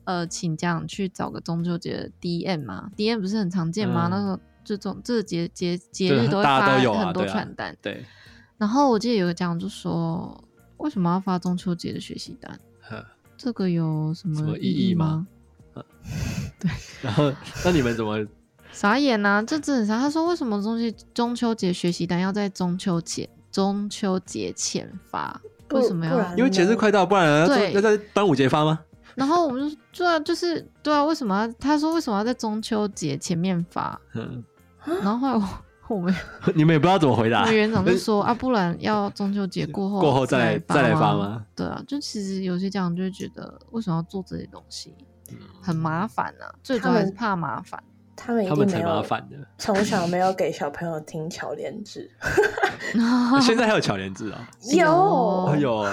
B: 呃，请家长去找个中秋节的 DM 嘛，DM 不是很常见吗？
A: 嗯
B: 那时候这种这个节节节
A: 对
B: 日都会
A: 大家
B: 发
A: 都有啊
B: 很多
A: 对啊
B: 传单，
A: 对，
B: 然后我记得有个家长就说，为什么要发中秋节的学习 单？
A: 呵
B: 这个有什
A: 什
B: 么
A: 么
B: 意
A: 意义
B: 吗
A: 吗？然后那你们怎 么？
B: 傻眼呐、啊，这真的很傻。他说为什么中秋中秋节学习单要在中秋节中秋节前发？
C: 不
B: 为什么
C: 不
B: 要
C: 然？
A: 因为节日快到，不然要
B: 对
A: 要在端午节发吗？
B: 然后我们就说对啊，就是对啊，为什么要他说为什么要在中秋节前面
C: 啊
B: 发？
A: 嗯，
B: 然后后来我 我们
A: 你们也不知道怎么回
B: 我
A: 答
B: 们。园长就说啊，不然要中秋节过后
A: 过后再
B: 再
A: 来再来发
B: 吗
A: 吗？
B: 对啊，就其实有些家长就会觉得为什么要做这些东西，
A: 嗯
B: 很麻烦啊，最主
C: 他
B: 要
C: 们
B: 还是怕麻 烦。
C: 他们一
A: 他们
C: 定没
A: 才麻
C: 有
A: 烦的。
C: 从小没有给小朋友听巧 连制，
A: 现在还有巧莲子啊，
B: 有哦
A: 哎呦，哦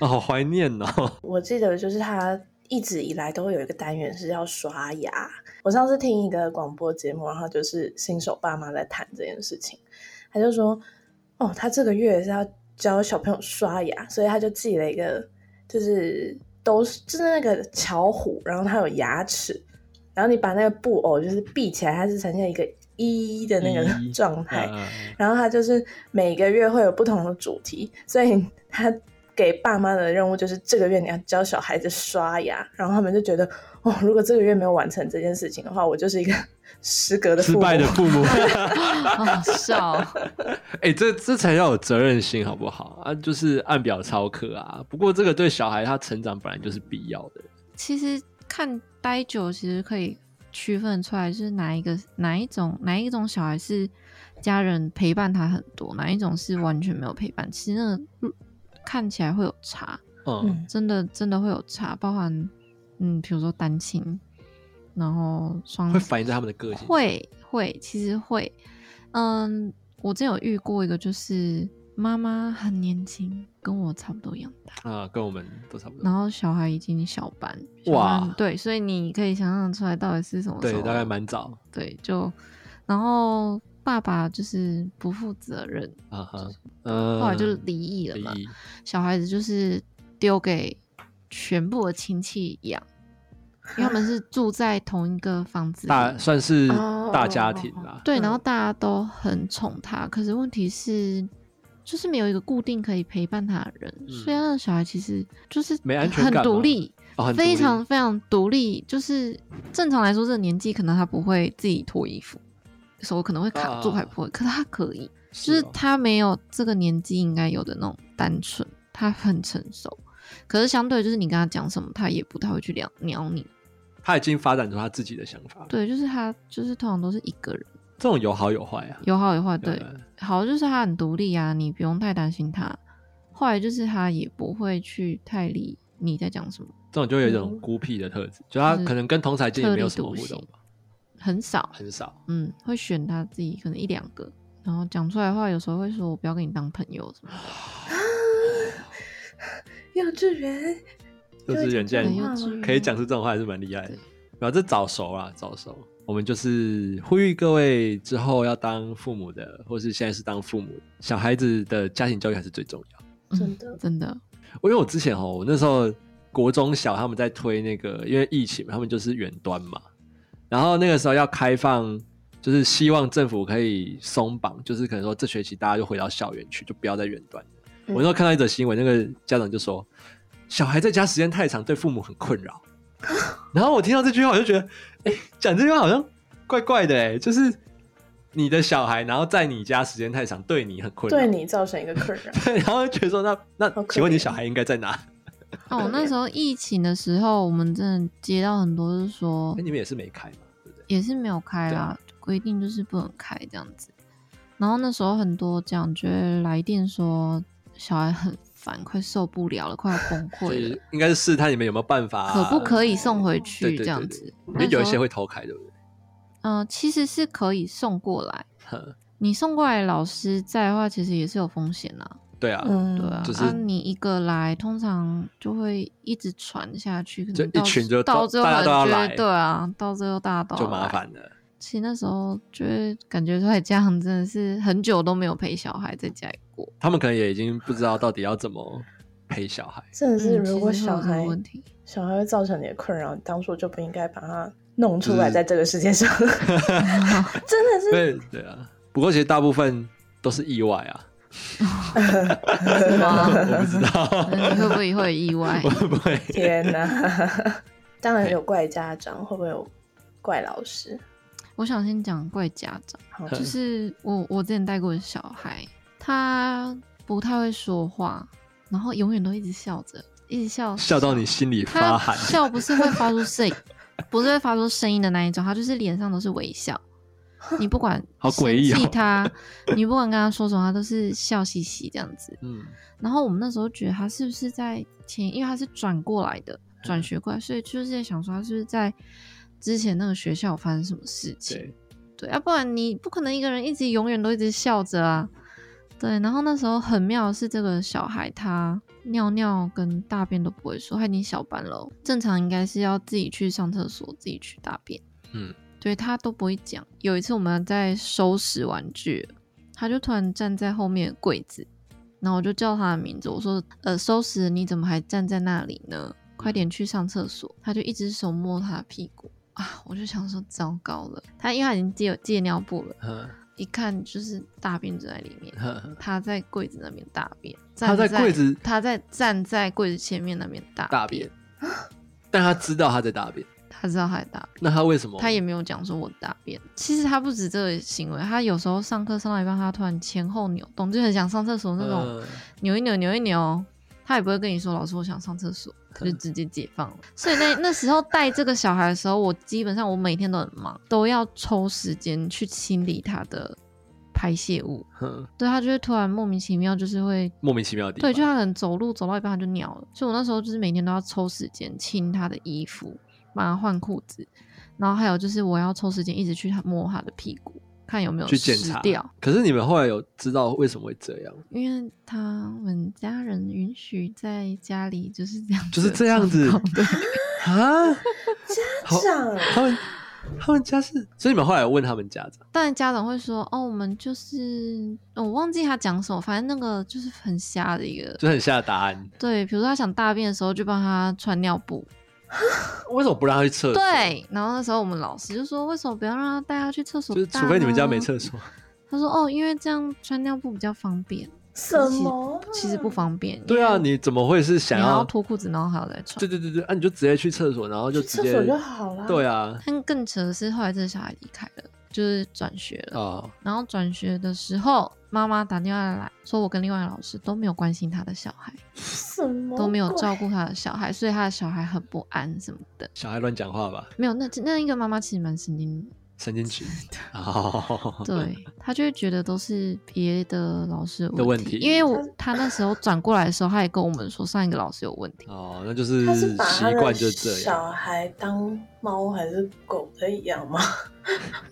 A: 好怀念哦。
C: 我记得就是他一直以来都有一个单元是要刷牙。我上次听一个广播节目，然后就是新手爸妈在谈这件事情，他就说，哦，他这个月是要教小朋友刷牙，所以他就寄了一个，就是都是就是那个巧虎，然后它有牙齿，然后你把那个布偶就是闭起来，它是呈现一个一的那个
A: 一
C: 状态，
A: 嗯
C: 然后他就是每个月会有不同的主题，所以他给爸妈的任务就是这个月你要教小孩子刷牙，然后他们就觉得哦，如果这个月没有完成这件事情的话，我就是一个 失格的
A: 失
C: 父母
A: 败的父母，
B: 好笑，哦
A: 哎、这这才要有责任心，好不好啊？就是按表操课啊。不过这个对小孩他成长本来就是必要的。
B: 其实看待久，其实可以区分出来，就是哪一个哪一种哪一种小孩是家人陪伴他很多，哪一种是完全没有陪伴。其实那个嗯看起来会有差，
A: 嗯，
C: 嗯，
B: 真的真的会有差，包含嗯，比如说单亲，然后双
A: 会反映在他们的个性上。
B: 嗯会会，其实会，嗯，我之前有遇过一个，就是妈妈很年轻，跟我差不多一样大。
A: 啊、跟我们都差不
B: 然
A: 多。
B: 后小孩已经小班，小
A: 哇
B: 班对，所以你可以想象出来到底是什么时
A: 对
B: 候，，
A: 大概蛮早
B: 对，就然后爸爸就是不负责任，
A: 啊哈，嗯，
B: 后来就离异了嘛，
A: 离异
B: 小孩子就是丢给全部的亲戚养，因为他们是住在同一个房子
A: 大
B: 里，
A: 算是
C: 哦
A: 大家庭啦。
B: 对，
C: 嗯
B: 然后大家都很宠他，可是问题是。就是没有一个固定可以陪伴他的人，
A: 嗯
B: 所以那个小孩其实就是
A: 没安全
B: 很
A: 感
B: 独
A: 吗
B: 立，
A: 哦，很独立
B: 非常非常独立，就是正常来说，这个年纪可能他不会自己脱衣服，手可能会卡住，
A: 啊
B: 还不会，可是他可以，
A: 是
B: 就是
A: 哦
B: 他没有这个年纪应该有的那种单纯，他很成熟。可是相对就是你跟他讲什么，他也不太会去鸟鸟你。
A: 他已经发展出他自己的想法。
B: 对，就是他就是通常都是一个人，
A: 这种有好有坏啊。
B: 有好有坏。对
A: 当，然
B: 好就是他很独立啊，你不用太担心他。坏就是他也不会去太理你在讲什么，
A: 这种就有一种
C: 嗯
A: 孤僻的特质，就他可能跟同才间也没有什么互
B: 特立独
A: 动
B: 行
A: 吧，
B: 很少。
A: 很少。
B: 嗯，会选他自己可能一两个，然后讲出来的话，有时候会说我不要跟你当朋友什么的，
C: 幼稚园
A: 幼稚园竟
C: 对
B: 很
A: 然
B: 幼稚园
C: 啊
A: 可以讲出这种话，还是蛮厉害的
B: 对。
A: 蛮然后这早熟啊，早熟。我们就是呼吁各位之后要当父母的，或是现在是当父母的，小孩子的家庭教育还是最重要。
B: 嗯
C: 真的
B: 真的，
A: 我因为我之前哦，我那时候国中小他们在推那个，因为疫情嘛，他们就是远端嘛，然后那个时候要开放，就是希望政府可以松绑，就是可能说这学期大家就回到校园去，就不要再远端。
C: 嗯
A: 我那时候看到一则新闻，那个家长就说，小孩在家时间太长，对父母很困 扰。然后我听到这句话，我就觉得，哎、讲这句话好像怪怪的、哎，就是你的小孩，然后在你家时间太长，对你很困扰。
C: 对你造成一个困扰。
A: 对， 然后就觉得说那
C: 好
A: 那，
C: 可
A: 请问你
C: 怜
A: 小孩应该在哪？
B: 哦，那
C: 怜
B: 时候疫情的时候，我们真的接到很多，就是说
A: 哎、你们也是没开嘛，对不对？
B: 也是没有开
A: 对
B: 啦，规定就是不能开这样子。然后那时候很多讲觉得来电说小孩很烦，快受不了了，快要崩
A: 就
B: 溃了
A: 是，应该是试探你们有没有办法、
B: 可不可以送回
A: 对
B: 去
A: 对对
B: 这样
A: 对
B: 子？
A: 因为
B: 那时
A: 有
B: 候
A: 一些会偷开，对不 对？
B: 嗯、其实是可以送过来。
A: 哼
B: 你送过来老师在的话，其实也是有风险啦。
A: 对啊，
C: 嗯，
B: 对啊，
A: 就是
B: 啊你一个来，通常就会一直传下去，可
A: 就
B: 能
A: 一
B: 到
A: 群就
B: 到
A: 都
B: 最后
A: 大家
B: 可
A: 都
B: 能
A: 要
B: 觉得
A: 来
B: 对啊，到最后大家都
A: 就
B: 要
A: 麻
B: 来
A: 烦了。
B: 其实那时候就会感觉出来，家长真的是很久都没有陪小孩在家里过，
A: 他们可能也已经不知道到底要怎么陪小孩。
C: 真的是，
B: 嗯
C: 如果
B: 其实会
C: 小
B: 有这个
C: 孩
B: 问题，
C: 小孩会造成你的困扰，你当初就不应该把它弄出来，在这个世界 上，真的是
A: 对对啊，不过其实大部分都是意外啊，
B: 是 吗？
A: 我不知道
B: 那 你会不会会有意外？
A: 会不 会。
C: 天哪！ 当然有怪家长，会不会有怪老师？
B: 我想先讲怪家长，
C: 好，
A: 嗯
B: 就是我我之前带过的小孩，他不太会说话，然后永远都一直笑着，一直 笑，
A: 笑到你心里发
B: 他
A: 寒，
B: 笑不是会发出声， 不是会发出声音的那一种，他就是脸上都是微笑。你不管
A: 好诡异哦
B: 生气他，你不管跟他说什么，他都是笑嘻嘻这样子。
A: 嗯，
B: 然后我们那时候觉得他是不是在前，因为他是转过来的，
A: 嗯
B: 转学过来，所以就是在想说他是不是在之前那个学校有发生什么事情。
A: 对，
B: 对，要、不然你不可能一个人一直永远都一直笑着啊。对，然后那时候很妙的是，这个小孩他尿尿跟大便都不会说，他已经小班了哦，正常应该是要自己去上厕所，自己去大便。
A: 嗯，
B: 对他都不会讲。有一次我们在收拾玩具了，他就突然站在后面的柜子，然后我就叫他的名字，我说：“呃，收拾你怎么还站在那里呢？快点去上厕所。”他就一只手摸他的屁股啊，我就想说糟糕了，他因为他已经戒戒尿布了，
A: 哼
B: 一看就是大便就在里面。
A: 哼
B: 他在柜子那边大便，
A: 他在
B: 站
A: 柜子
B: 他在站在柜子前面那边大
A: 大 便，但他知道他在大便，
B: 他知道他在大便
A: 那他为什么？
B: 他也没有讲说我大便。其实他不止这个行为，他有时候上课上到一半，他突然前后扭动，就很想上厕所那种，
A: 嗯
B: 扭一扭，扭一扭。他也不会跟你说，老师，我想上厕所，他就直接解放了。所以那那时候带这个小孩的时候，我基本上我每天都很忙，都要抽时间去清理他的排泄物。
A: 哼
B: 对他就会突然莫名其妙，就是会
A: 莫名其妙的地
B: 对，
A: 方，
B: 就他可能走路走到一半他就尿了，所以我那时候就是每天都要抽时间清他的衣服，帮他换裤子，然后还有就是我要抽时间一直去他摸他的屁股，看有没有
A: 去检
B: 湿
A: 查
B: 掉，。
A: 可是你们后来有知道为什么会这样？
B: 因为他们家人允许在家里就是这样，
A: 就是这样子
B: 对，
A: 啊？好
C: 长
A: 他们他们家是，所以你们后来有问他们家长，
B: 但家长会说哦，我们就是、哦我忘记他讲什么，反正那个就是很瞎的一个。
A: 就很下答案，
B: 对，比如说他想大便的时候，就帮他穿尿布，
A: 为什么不让他去厕所？，
B: 对，然后那时候我们老师就说，为什么不要让他带他去厕所
A: 就
B: 大
A: 是
B: 呢？
A: 除非你们家没厕所，
B: 他说哦，因为这样穿尿布比较方便。
C: 什么？啊
B: 其实不方便。
A: 对啊，
B: 因为
A: 你怎么会是想
B: 你还要
A: 要？
B: 脱裤子，然后还要再穿
A: 对。对对对，啊，你就直接去厕所，然后就
C: 去
A: 直
C: 厕
A: 接
C: 所就好了。
A: 对啊，
B: 但更扯的是，后来这个小孩离开了，就是转学了。
A: 哦，
B: 然后转学的时候，妈妈打电话来说，我跟另外一个老师都没有关心他的小孩，
C: 什么
B: 都没有
C: 鬼
B: 照顾他的小孩，所以他的小孩很不安什么的。
A: 小孩乱讲话吧，
B: 没有，那那一个妈妈其实蛮神经的。
A: 神经质，哦，
B: 对他就会觉得都是别的老师
A: 的问
B: 问
A: 题
B: 因 为我他那时候转过来的时候，他也跟我们说上一个老师有问题，
A: 哦，那就是
C: 他是把他
A: 习
C: 的
A: 惯就这
C: 小
A: 样，
C: 孩当猫还是狗的 养吗？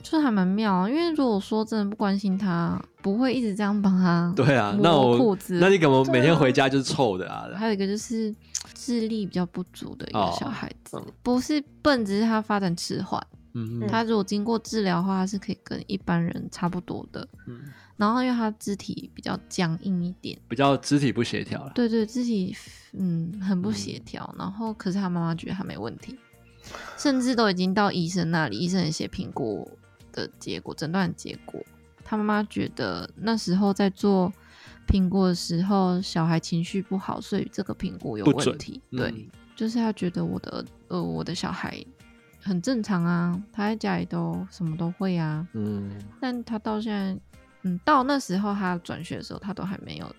B: 就是还蛮妙啊。因为如果说真的不关心他，不会一直这样帮他。
A: 对啊，
B: 摸
A: 那
B: 裤
A: 我
B: 子
A: 那你怎么每天回家就是臭的啊？
B: 还有一个就是智力比较不足的一个
A: 哦
B: 小孩子，
A: 嗯
B: 不是笨，只是他发展迟缓。
A: 嗯
C: 嗯
A: 嗯
B: 他如果经过治疗的话，他是可以跟一般人差不多的。
A: 嗯，
B: 然后因为他肢体比较僵硬一点，
A: 比较肢体不协调了。
B: 对对，肢体嗯很不协调。然后可是他妈妈觉得他没问题，甚至都已经到医生那里，医生也写评估的结果、诊断结果。他妈妈觉得那时候在做评估的时候，小孩情绪不好，所以这个评估有
A: 不准
B: 问题。对，
A: 嗯
B: 就是他觉得我的呃我的小孩很正常啊，他在家里都什么都会啊，
A: 嗯，
B: 但他到现在，嗯，到那时候他转学的时候，他都还没有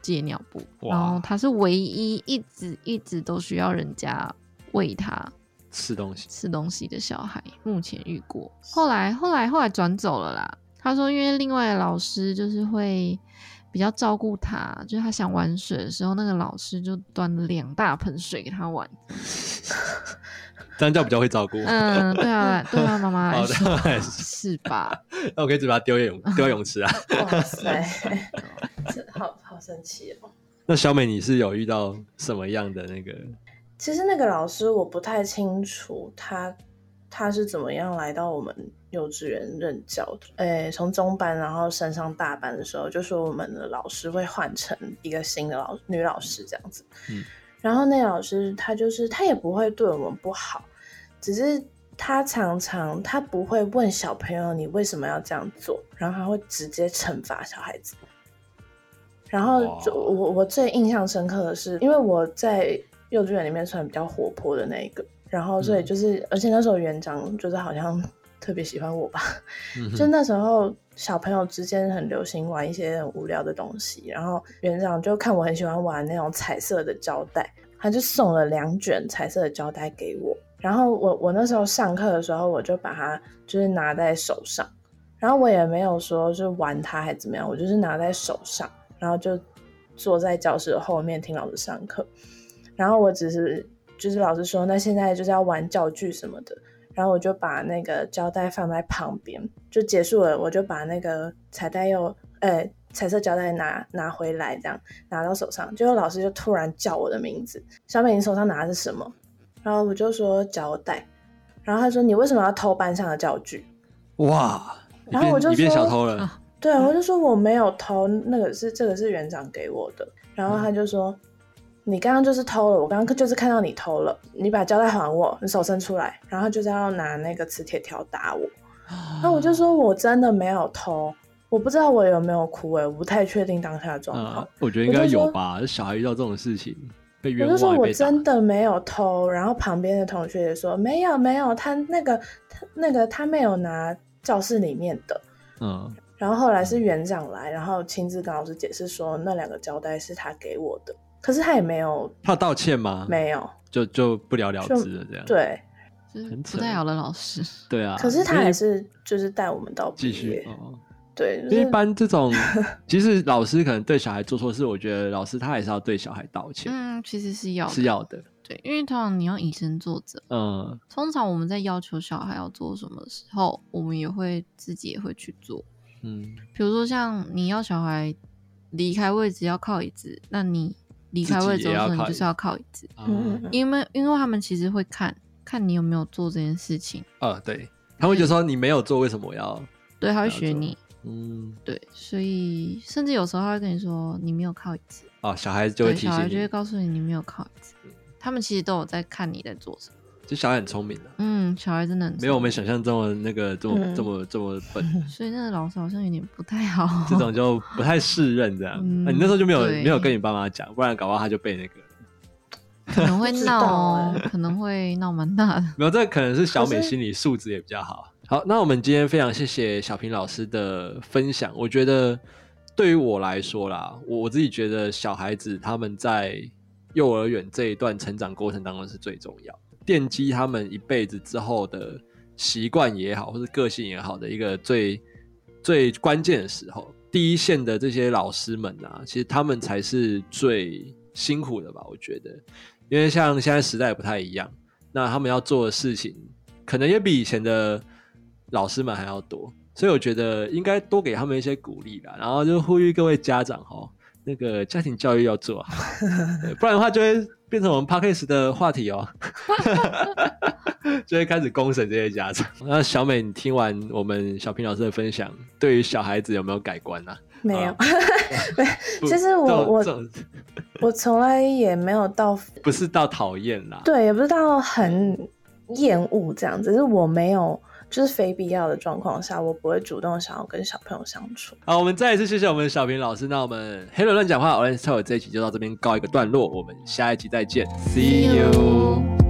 B: 戒尿布，
A: 哇
B: 然后他是唯一一直一直都需要人家喂他
A: 吃东西。
B: 吃东西的小孩，目前遇过。后来后来后来转走了啦。他说，因为另外的老师就是会比较照顾他，就是他想玩水的时候，那个老师就端了两大盆水给他 玩。
A: 这样叫比较会照顾。
B: 嗯，对啊，对啊，妈妈来
A: 好的妈妈
B: 说
A: 来说
B: 是吧？
A: 那我可以只把它丢 泳丢泳池啊。
C: 哇塞， 这好好神奇哦。
A: 那小美，你是有遇到什么样的那个？
C: 其实那个老师我不太清楚他他是怎么样来到我们幼稚园任教的。诶，从中班然后升上大班的时候，就说我们的老师会换成一个新的老女老师这样子。
A: 嗯，
C: 然后那老师她就是她也不会对我们不好，只是她常常她不会问小朋友你为什么要这样做，然后她会直接惩罚小孩子。然后就
A: 哇
C: 我我我最印象深刻的是，因为我在幼稚园里面算比较活泼的那一个，然后所以
A: 嗯
C: 就是，而且那时候园长就是好像特别喜欢我吧，
A: 嗯
C: 就
A: 哼
C: 那时候小朋友之间很流行玩一些很无聊的东西，然后园长就看我很喜欢玩那种彩色的胶带，他就送了两卷彩色的胶带给我。然后我我那时候上课的时候，我就把它就是拿在手上，然后我也没有说是玩它还怎么样，我就是拿在手上，然后就坐在教室的后面听老师上课。然后我只是就是老师说，那现在就是要玩教具什么的，然后我就把那个胶带放在旁边，就结束了。我就把那个彩带又，呃、彩色胶带拿拿回来，这样拿到手上，结果老师就突然叫我的名字，小美，你手上拿的是什么？然后我就说胶带，然后他说你为什么要偷班上的教具？
A: 哇，你
C: 然后我就
A: 变你变
C: 说
A: 小偷了。
B: 啊
C: 对，
A: 嗯
C: 我就说我没有偷，那个是这个是园长给我的。然后
A: 嗯
C: 他就说，你刚刚就是偷了，我刚刚就是看到你偷了，你把胶带还我，你手伸出来。然后他就是要拿那个磁铁条打我。
A: 啊
C: 那我就说我真的没有偷，我不知道我有没有哭、欸，我不太确定当下的状况
A: 嗯。，我觉得应该有吧。小孩遇到这种事情，被冤
C: 我就说
A: 枉
C: 我
A: 被打，
C: 真的没有偷，然后旁边的同学也说没有没有，他那个他那个他没有拿教室里面的。
A: 嗯，
C: 然后后来是园长来，然后亲自跟老师解释说，那两个胶带是他给我的，可是他也没有，
A: 他有道歉吗？，
C: 没有，
A: 就就不了了
C: 就
A: 之了这样。
C: 对，
B: 就是
A: 很
B: 不
A: 扯欸
B: 太好的老师。
A: 对啊。
C: 可是他
A: 因为
C: 还是就是带我们到毕
A: 继
C: 业，
A: 续哦。
C: 对，就
A: 因为
C: 是
A: 一般这种， 即使老师可能对小孩做错事，我觉得老师他还是要对小孩道歉，
B: 嗯，其实是要的
A: 是要的。
B: 对，因为通常你要以身作则。
A: 嗯，
B: 通常我们在要求小孩要做什么的时候，我们也会自己也会去做。
A: 嗯，
B: 比如说，像你要小孩离开位置要靠椅子，那你离开位置
A: 自己
B: 的时候，
A: 也要
B: 你
A: 靠椅
B: 就是要靠椅子，
A: 啊
C: 嗯嗯
B: 因为因为他们其实会看看你有没有做这件事情，
A: 呃，对，他会觉得说你没有做，为什么我要？
B: 对，他会
A: 了解
B: 学你，
A: 嗯，
B: 对，所以甚至有时候他会跟你说你没有靠椅子，
A: 哦，小孩就会
B: 对
A: 提
B: 小孩
A: 醒
B: 就
A: 你嗯
B: 会，告诉你你没有靠椅子，他们其实都有在看你在做什么。
A: 其实小孩很聪明的、
B: 嗯，小孩真的很
A: 没有我们
B: 聪
A: 想象中的那个这么、
C: 嗯
A: 这么这么笨，
B: 明，所以那个老师好像有点不太 好。
A: 这种就不太适任这样。
B: 嗯
A: 那、你那时候就没有
B: 对
A: 没有跟你爸妈讲，不然搞不好他就被那个。
B: 可能会
C: 不知
B: 闹
C: 道
B: 哦，
C: 欸
B: 可能会闹蛮大的。
A: 没有，这可能是小美
C: 可是
A: 心理素质也比较好。好，那我们今天非常谢谢小平老师的分享。我觉得对于我来说啦，我我自己觉得小孩子他们在幼儿园这一段成长过程当中是最重要，奠基他们一辈子之后的习惯也好，或是个性也好的一个最最关键的时候。第一线的这些老师们啊，其实他们才是最辛苦的吧？我觉得，因为像现在时代也不太一样。那他们要做的事情，可能也比以前的老师们还要多，所以我觉得应该多给他们一些鼓励啦。然后就呼吁各位家长哦，那个家庭教育要做 好，对不然的话就会变成我们 podcast 的话题 哦，就会开始公审这些家长。那小美，你听完我们小平老师的分享，对于小孩子有没有改观呢、啊？
C: 没有
A: 啊，不
C: 其实
A: 这
C: 我
A: 种这
C: 我
A: 种
C: 我从来也没有到
A: 不是到讨厌 啦，
C: 对，也不是到很厌恶这样，只是我没有就是非必要的状况下，我不会主动想要跟小朋友相处。
A: 好，我们再一次谢谢我们的小平老师。那我们黑人乱讲话 Orange Talk 这一集就到这边告一个段落，我们下一集再见，See you。